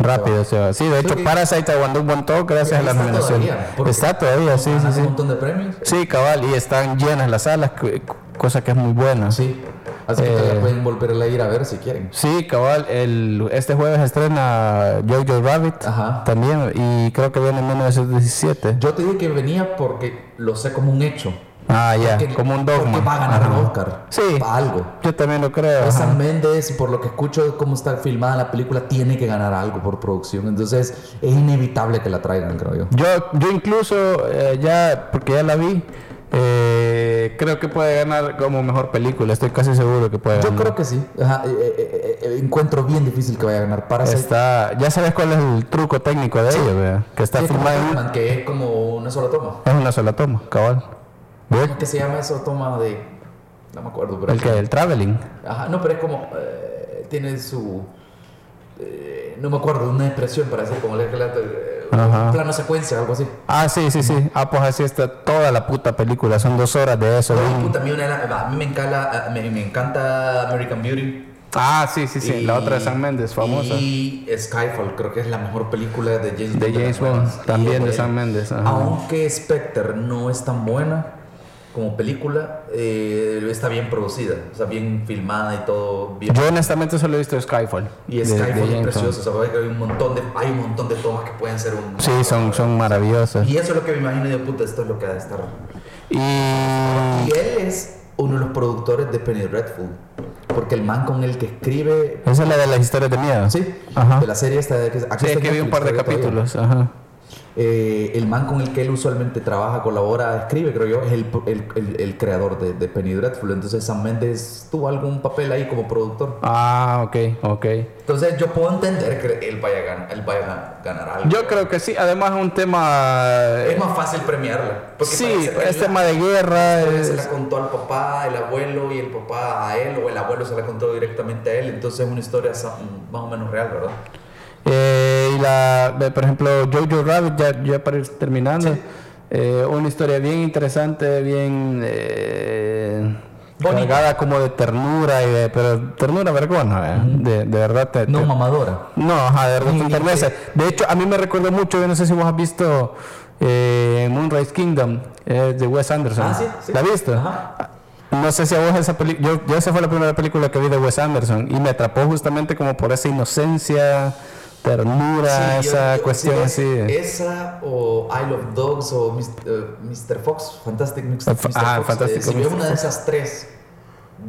Rápido se va. Sí, de hecho, Sí. Parasite aguantó un montón gracias a la Está nominación. todavía, Ah, porque Está todavía, sí, sí, ganan Un sí. montón de premios. Sí, cabal, y están llenas las salas, cu- cosa que es muy buena. Sí. Así que Eh, todavía pueden volver a ir a ver si quieren. Sí, cabal, el, este jueves estrena Jojo Rabbit Ajá. también y creo que viene en 1917. Yo te dije que venía porque lo sé como un hecho. Ah, ya, Que- como un dogma. Porque va a ganar Ajá. el Oscar. Sí. Para algo. Yo también lo creo. Esa ajá. Méndez, por lo que escucho de cómo está filmada la película, tiene que ganar algo por producción. Entonces es inevitable que la traigan, creo yo. Yo, yo incluso eh, ya, porque ya la vi, eh, creo que puede ganar como mejor película. Estoy casi seguro que puede Yo ganar. creo que sí. Ajá, eh, eh, eh, eh, encuentro bien difícil que vaya a ganar para está, ya sabes cuál es el truco técnico de ello, vea, que está filmada en una- que es como una sola toma. es una sola toma, cabal. ¿Cómo que se llama esa toma de.? No me acuerdo, pero. El que el traveling. Ajá, no, pero es como. eh, tiene su. eh, no me acuerdo, una expresión para decir como le- le- eh, Ajá. plano secuencia, algo así. Ah, sí, sí, sí. Ah, pues así está toda la puta película. Son dos horas de eso. Pero, bien. puta, a mí, una de las- a mí me, encala- me, me encanta American Beauty. Ah, sí, sí, Y- sí. La otra de San Méndez, famosa. Y Skyfall, creo que es la mejor película de James De Bond. James las nuevas. Bond, también Y, de eh, Sam Mendes, ajá. Aunque Spectre no es tan buena como película, eh, está bien producida, o sea, bien filmada y todo bien. Yo honestamente solo he visto Skyfall. y de- de Skyfall es James precioso, o sea, hay un montón de, hay un montón de tomas que pueden ser un... Bond. Sí, son, son maravillosas. Y eso es lo que me imagino de puta, esto es lo que ha de estar. Y Y él es uno de los productores de Penny Redford, porque el man con el que escribe... esa es la de las historias de miedo. Sí, Ajá. de la serie esta de que... aquí Sí, está es en que vi Netflix, un par de creo que todavía. capítulos. Ajá. Eh, el man con el que él usualmente trabaja, colabora, escribe, creo yo, es el, el- el- el creador de, de Penny Dreadful. Entonces Sam Mendes tuvo algún papel ahí como productor. Ah, ok, ok. Entonces yo puedo entender que él vaya a ganar, él vaya a ganar algo. Yo creo que sí. Además, es un tema. es más fácil premiarla. Eh, porque Sí, parece que es la- tema de guerra. es- se la contó al papá, el abuelo y el papá a él, o el abuelo se la contó directamente a él. Entonces es una historia sa- más o menos real, ¿verdad? Eh, y la, ve, por ejemplo, Jojo Rabbit, ya, ya para ir terminando, eh, una historia bien interesante, bien eh, Bonita. cargada como de ternura, y de, pero ternura vergona, vea, de, de verdad. te- te- mamadora. no, ajá, de verdad te enternece. De hecho, a mí me recuerda mucho, yo no sé si vos has visto eh, Moonrise Kingdom, eh, de Wes Anderson. Ah, sí, sí. ¿La has visto? Ajá. No sé si a vos esa película, yo, yo esa fue la primera película que vi de Wes Anderson y me atrapó justamente como por esa inocencia, ternura, Sí, yo- esa yo- sí, Eh, cuestión es- así. de- Esa o Isle of Dogs o Mis- eh, Mr. Fox, Fantastic Mix- Ah, Mr. Fox. ah, eh, Fantástico si ves Mr. una de Fox. esas tres,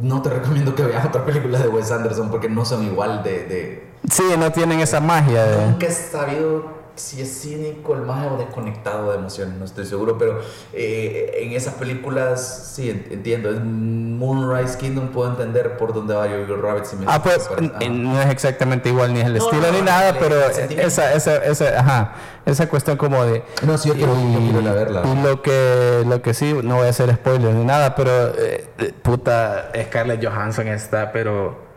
no te recomiendo que veas otra película de Wes Anderson porque no son igual de... de... Sí, no tienen esa magia de... Nunca he sabido si es cínico el más o desconectado de emociones, no estoy seguro, pero eh, en esas películas sí en- entiendo. En Moonrise Kingdom puedo entender por dónde va Jojo Rabbit. Si me Ah, pues pero- n- ajá. no es exactamente igual ni es el No, estilo no, ni no, nada, el- pero el sentimiento. esa, esa, esa, ajá, esa cuestión como de... Ah. No, sí, yo quiero, yo quiero ir a verla. y lo que, lo que sí, no voy a hacer spoilers ni nada, pero eh, eh, puta, Scarlett Johansson está, pero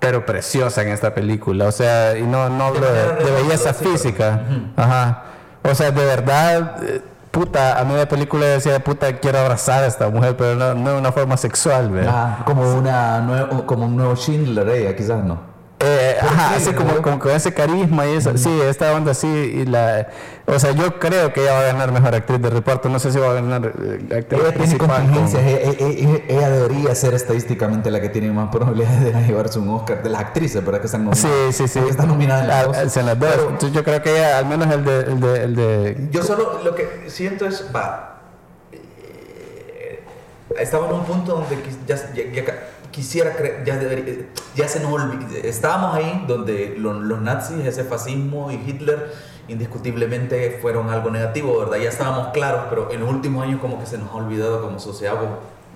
pero preciosa en esta película, o sea, y no, no hablo de, de belleza física, ajá, o sea, de verdad, eh, puta, a mí la película yo decía, puta, quiero abrazar a esta mujer, pero no, no de una forma sexual, ¿verdad? Ah, como, una nuevo- como un nuevo Schindler, ella, quizás no. Eh, ajá, sí, así como, ¿no? como con ese carisma y eso. Sí, esta banda sí. Y la, o sea, yo creo que ella va a ganar mejor actriz de reparto. No sé si va a ganar eh, actriz Ella tiene principal. con- contingencias, e- e- e- ella, debería ser estadísticamente la que tiene más probabilidades de llevarse un Oscar de las actrices, ¿verdad? Que están Sí, nominadas. sí, sí. Que están nominadas en las Ah, dos. se las dos. Pero- Entonces, yo creo que ella, al menos el de. El de, el de Yo solo lo que siento es, va, eh, estamos en un punto donde quis- ya, ya- ya ca- quisiera, cre- ya, debería- ya se nos olvidó, estábamos ahí donde lo- los nazis, ese fascismo y Hitler indiscutiblemente fueron algo negativo, ¿verdad? Ya estábamos claros, pero en los últimos años como que se nos ha olvidado como sociedad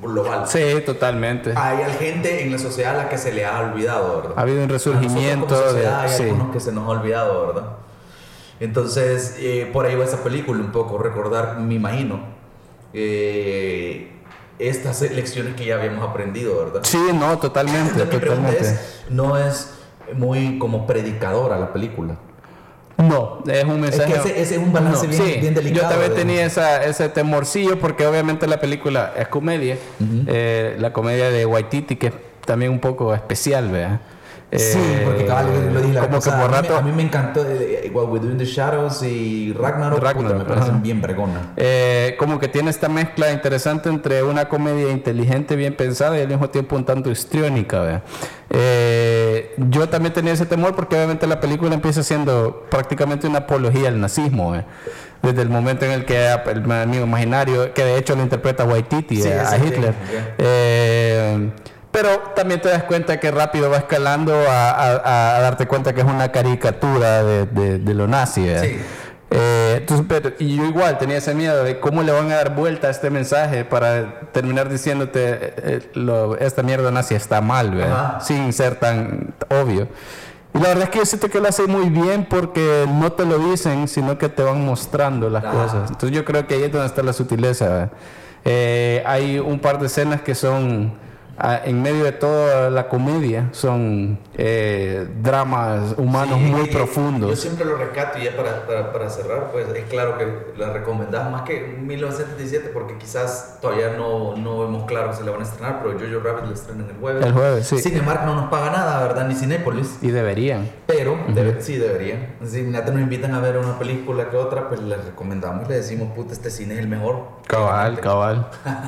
global. sí, totalmente. Hay hay gente en la sociedad a la que se le ha olvidado, ¿verdad? Ha habido un A nosotros resurgimiento como de. sociedad hay sí. algunos que se nos ha olvidado, ¿verdad? Entonces, eh, por ahí va esa película un poco, recordar, me imagino, eh, estas lecciones que ya habíamos aprendido, ¿verdad? Sí, no, totalmente. Entonces, mi pregunta totalmente. es, no es muy como predicadora la película. No, es un mensaje. ese- ese es un balance bien- bien delicado, Yo también digamos. tenía esa, ese temorcillo porque obviamente la película es comedia, eh, la comedia de Waititi que es también un poco especial, ¿verdad? Sí, Eh, porque cabal, lo dije la como que pasada, por a mí me- rato A mí, me encantó eh, What We Do in the Shadows y Ragnarok, puta, Ragnarok, me parecen ajá. bien vergona. eh, como que tiene esta mezcla interesante entre una comedia inteligente, bien pensada y al mismo tiempo un tanto histriónica. ¿vea? Eh, yo también tenía ese temor porque obviamente la película empieza siendo prácticamente una apología al nazismo. ¿vea? Desde el momento en el que ap- el ma- amigo imaginario, que de hecho lo interpreta Waititi Sí, eh, a ese sí, Hitler. ya. Eh, pero también te das cuenta que rápido va escalando a, a- a darte cuenta que es una caricatura de, de- de lo nazi. ¿vea? Sí. Eh, entonces, pero- y yo igual tenía ese miedo de cómo le van a dar vuelta a este mensaje para terminar diciéndote eh, eh, lo- esta mierda nazi está mal, ¿verdad? Ajá. sin ser tan obvio. Y la verdad es que yo siento que lo hace muy bien porque no te lo dicen, sino que te van mostrando las Ajá. cosas. Entonces yo creo que ahí es donde está la sutileza. ¿verdad? Eh, hay un par de escenas que son ah, en medio de toda la comedia son eh, dramas humanos Sí, muy y- Yo profundos. siempre lo rescato y ya para, para, para cerrar, pues es claro que la recomendás más que 1977 porque quizás todavía no, no vemos claro si la van a estrenar, pero Jojo Rabbit la estrenan el jueves. El jueves, sí. Cinemark no nos paga nada, ¿verdad? Ni Cinépolis. Y deberían. Pero debe- sí debería. Si neta nos invitan a ver una película que otra, pues les recomendamos y le decimos, puta, este cine es el mejor. Cabal, cabal.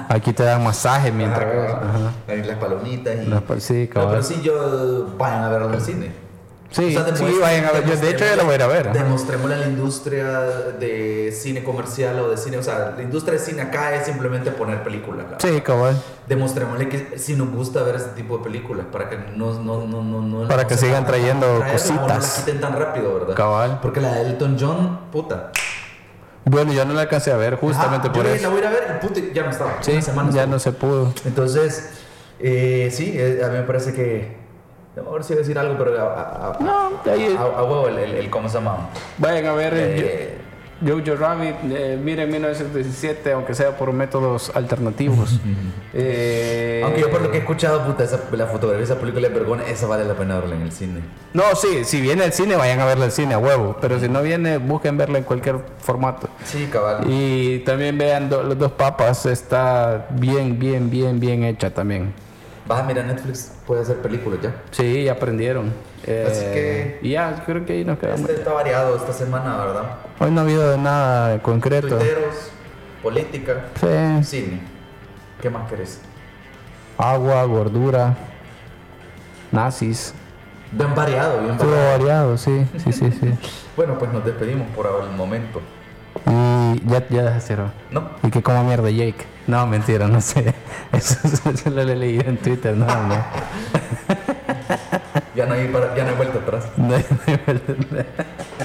Aquí te dan masaje mientras. Ajá, Ajá. ahí las palomitas y... Las pal- sí, No, cabal. pero sí, yo... Vayan a verlo al cine. Sí, sí, demuestre- vayan a ver. Yo, de hecho, yo la voy a ir a ver. ajá. Demostrémosle a la industria de cine comercial o de cine, o sea, la industria de cine acá es simplemente poner películas. ¿verdad? Sí, cabal. Demostrémosle que si nos gusta ver este tipo de películas, para que no, no, no, no, no- Para no que se- sigan trayendo traerla o No la cositas. quiten tan rápido, ¿verdad? Cabal. Porque la de Elton John, puta. Bueno, yo no la alcancé a ver justamente Ah, por yo La eso. voy a ir a ver y puta, ya no estaba. Sí, una semana ya estuvo. no se pudo. Entonces, eh, sí, eh, a mí me parece que. Ahora sí voy a decir algo, pero a, a, a- No, de ahí- a- a huevo el, el- el- ¿Cómo se llama? Vayan a ver el Eh, Jo- Jojo Rabbit, eh, miren 1917, aunque sea por métodos alternativos. Eh, Aunque yo por lo que he escuchado, puta, esa- la fotografía de esa película de Vergón, esa vale la pena verla en el cine. No, sí, si viene al cine, vayan a verla al cine, a huevo. Pero si no viene, busquen verla en cualquier formato. Sí, cabal. Y también vean do- los dos papas, está bien, bien, bien, bien hecha también. Vas a mirar Netflix, puede hacer películas ya. Sí, ya aprendieron. Así Eh, Y ya, creo que ahí nos quedamos. Este está variado esta semana, ¿verdad? Hoy no ha habido de nada concreto. Tuiteros, política, Sí, cine. ¿Qué más querés? agua, gordura, nazis. Bien variado, bien Todo variado. variado, sí, sí, sí, sí. Bueno, pues nos despedimos por ahora el momento. Y ya, ya dejaste cero. ¿No? Y que como mierda Jake. No, mentira, no sé. Eso, eso lo he leído en Twitter, no, no. Ya no hay, para- ya no hay vuelta atrás. No hay- no hay-